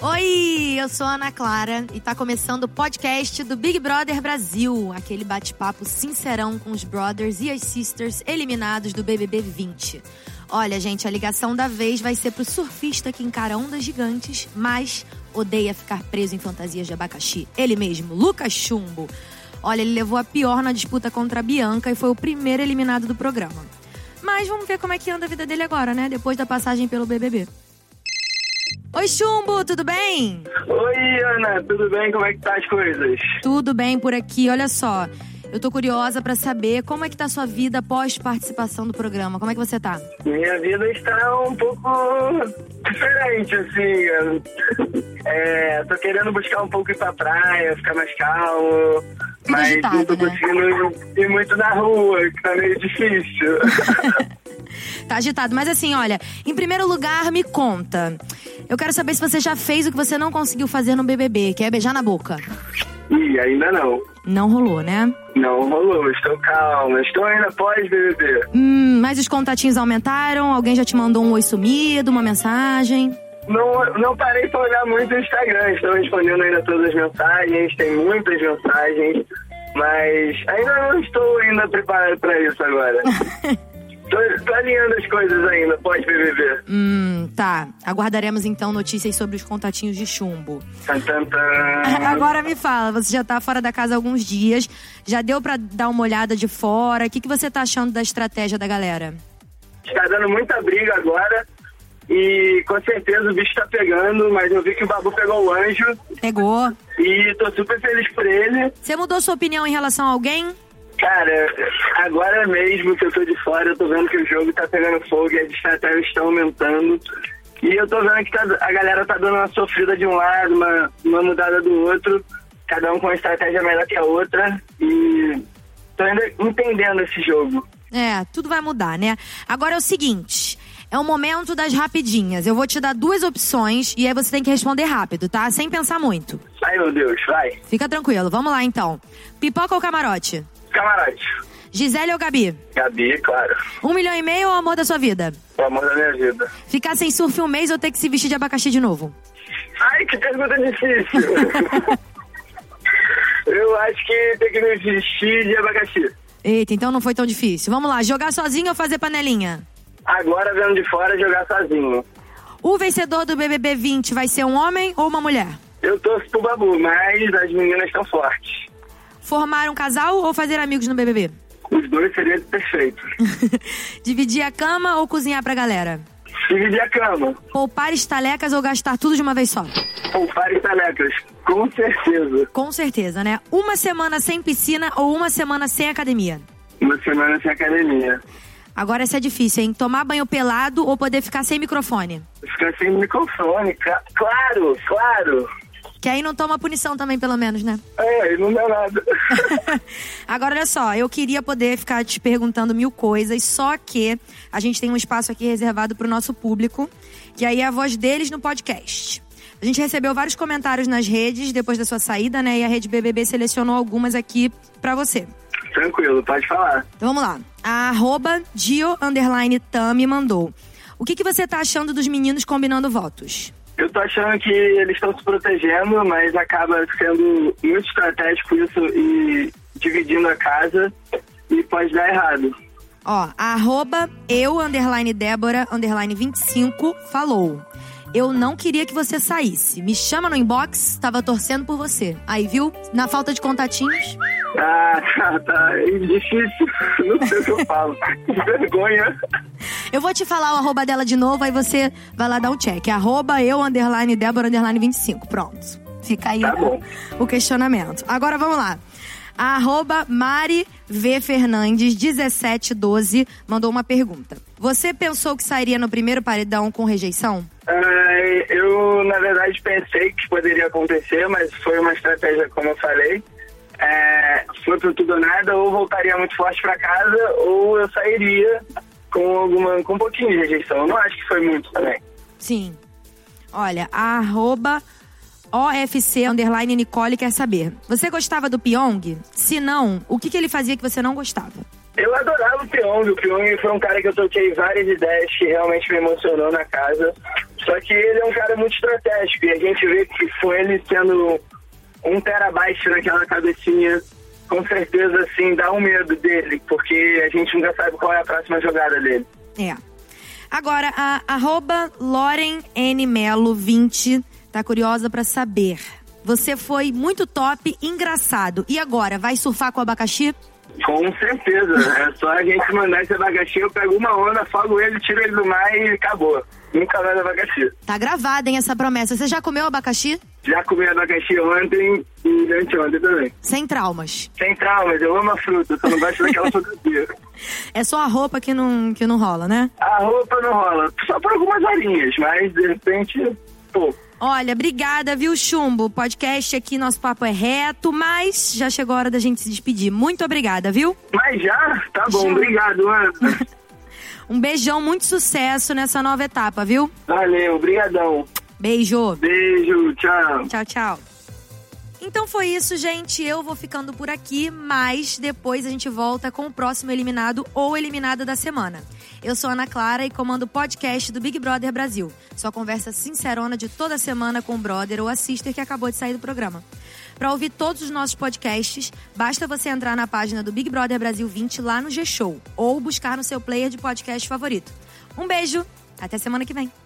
Oi, eu sou a Ana Clara e tá começando o podcast do Big Brother Brasil, aquele bate-papo sincerão com os brothers e as sisters eliminados do BBB 20. Olha, gente, a ligação da vez vai ser pro surfista que encara ondas gigantes, mas odeia ficar preso em fantasias de abacaxi. Ele mesmo, Lucas Chumbo. Olha, ele levou a pior na disputa contra a Bianca e foi o primeiro eliminado do programa. Mas vamos ver como é que anda a vida dele agora, né? Depois da passagem pelo BBB. Oi, Chumbo, tudo bem? Oi, Ana, tudo bem? Como é que tá as coisas? Tudo bem por aqui. Olha só, eu tô curiosa pra saber como é que tá a sua vida após participação do programa. Como é que você tá? Minha vida está um pouco diferente, assim. Ana. É, tô querendo buscar um pouco ir pra praia, ficar mais calmo. Mas não agitado, tô né? conseguindo ir muito na rua, que tá meio difícil. Tá agitado, mas assim, olha, em primeiro lugar, me conta. Eu quero saber se você já fez o que você não conseguiu fazer no BBB, que é beijar na boca. Ih, ainda não. Não rolou, né? Não rolou, estou calma, estou ainda pós-BBB. Hum, mas os contatinhos aumentaram? Alguém já te mandou um oi sumido, uma mensagem? Não, não parei pra olhar muito o Instagram. Estou respondendo ainda todas as mensagens, tem muitas mensagens, mas ainda não estou ainda preparado para isso agora. tô, tô alinhando as coisas ainda, pode BBB. Hum, tá. Aguardaremos então notícias sobre os contatinhos de chumbo. Tan, tan, tan. Agora me fala, você já tá fora da casa há alguns dias, já deu pra dar uma olhada de fora? O que, que você tá achando da estratégia da galera? Está dando muita briga agora. E com certeza o bicho tá pegando, mas eu vi que o Babu pegou o anjo Pegou? e tô super feliz por ele. Você mudou sua opinião em relação a alguém? Cara, agora mesmo que eu tô de fora, eu tô vendo que o jogo tá pegando fogo e as estratégias estão aumentando. E eu tô vendo que tá- a galera tá dando uma sofrida de um lado, uma, uma mudada do outro, cada um com uma estratégia melhor que a outra. E tô ainda entendendo esse jogo. É, tudo vai mudar, né? Agora é o seguinte. É o momento das rapidinhas. Eu vou te dar duas opções e aí você tem que responder rápido, tá? Sem pensar muito. Ai meu Deus, vai. Fica tranquilo. Vamos lá então. Pipoca ou camarote? Camarote. Gisele ou Gabi? Gabi, claro. Um milhão e meio ou amor da sua vida? O amor da minha vida. Ficar sem surf um mês ou ter que se vestir de abacaxi de novo? Ai, que pergunta difícil. eu acho que tem que me vestir de abacaxi. Eita, então não foi tão difícil. Vamos lá, jogar sozinho ou fazer panelinha? Agora vendo de fora jogar sozinho. O vencedor do BBB 20 vai ser um homem ou uma mulher? Eu torço pro Babu, mas as meninas estão fortes. Formar um casal ou fazer amigos no BBB? Os dois seriam perfeitos. Dividir a cama ou cozinhar pra galera? Dividir a cama, Poupar estalecas ou gastar tudo de uma vez só? poupar estalecas, com certeza. Com certeza, né? Uma semana sem piscina ou uma semana sem academia? Uma semana sem academia. Agora essa é difícil, hein? Tomar banho pelado ou poder ficar sem microfone? Ficar sem microfone, ca- claro, claro. Que aí não toma punição também, pelo menos, né? É, e não dá nada. Agora, olha só, eu queria poder ficar te perguntando mil coisas, só que a gente tem um espaço aqui reservado pro nosso público, que aí é a voz deles no podcast. A gente recebeu vários comentários nas redes depois da sua saída, né? E a rede BBB selecionou algumas aqui pra você. Tranquilo, pode falar. Então vamos lá. A arroba Dio underline Tami mandou. O que, que você tá achando dos meninos combinando votos? Eu tô achando que eles estão se protegendo, mas acaba sendo muito estratégico isso e dividindo a casa e pode dar errado. Ó, a arroba eu, underline Débora, underline 25, falou. Eu não queria que você saísse. Me chama no inbox, tava torcendo por você. Aí, viu? Na falta de contatinhos. Ah, tá, tá. É difícil. Não sei o que eu falo. Que vergonha. Eu vou te falar o arroba dela de novo, aí você vai lá dar um check. Arroba eu, underline Débora, underline 25. Pronto. Fica aí Tá bom. o questionamento. Agora, vamos lá. A arroba Mari V Fernandes, 1712, mandou uma pergunta. Você pensou que sairia no primeiro paredão com rejeição? Ah, eu, na verdade, pensei que poderia acontecer, mas foi uma estratégia, como eu falei. É, foi pro tudo ou nada, ou voltaria muito forte pra casa, ou eu sairia com alguma com um pouquinho de rejeição. Eu não acho que foi muito também. Sim. Olha, a arroba OFC underline Nicole quer saber. Você gostava do Pyong? Se não, o que, que ele fazia que você não gostava? Eu adorava o Pyong. O Pyong foi um cara que eu toquei várias ideias que realmente me emocionou na casa. Só que ele é um cara muito estratégico e a gente vê que com ele sendo um terabyte naquela cabecinha, com certeza, assim, dá um medo dele, porque a gente nunca sabe qual é a próxima jogada dele. É. Agora, a arroba Lauren N. Melo 20 tá curiosa pra saber. Você foi muito top, engraçado. E agora, vai surfar com abacaxi? Com certeza. É só a gente mandar esse abacaxi, eu pego uma onda, falo ele, tiro ele do mar e acabou. Nunca mais abacaxi. Tá gravada, hein, essa promessa. Você já comeu abacaxi? Já comi abacaxi ontem e anteontem também. Sem traumas. Sem traumas, eu amo a fruta, só não gosto daquela fotografia. É só a roupa que não, que não rola, né? A roupa não rola, só por algumas horinhas, mas de repente, pô. Olha, obrigada, viu, Chumbo? Podcast aqui, nosso papo é reto, mas já chegou a hora da gente se despedir. Muito obrigada, viu? Mas já? Tá bom, Já. obrigado, Ana. Um beijão, muito sucesso nessa nova etapa, viu? Valeu, obrigadão. Beijo. Beijo, tchau. Tchau, tchau. Então foi isso, gente. Eu vou ficando por aqui, mas depois a gente volta com o próximo eliminado ou eliminada da semana. Eu sou Ana Clara e comando o podcast do Big Brother Brasil. Sua conversa sincerona de toda semana com o brother ou a sister que acabou de sair do programa. Para ouvir todos os nossos podcasts, basta você entrar na página do Big Brother Brasil 20 lá no G-Show ou buscar no seu player de podcast favorito. Um beijo, até semana que vem.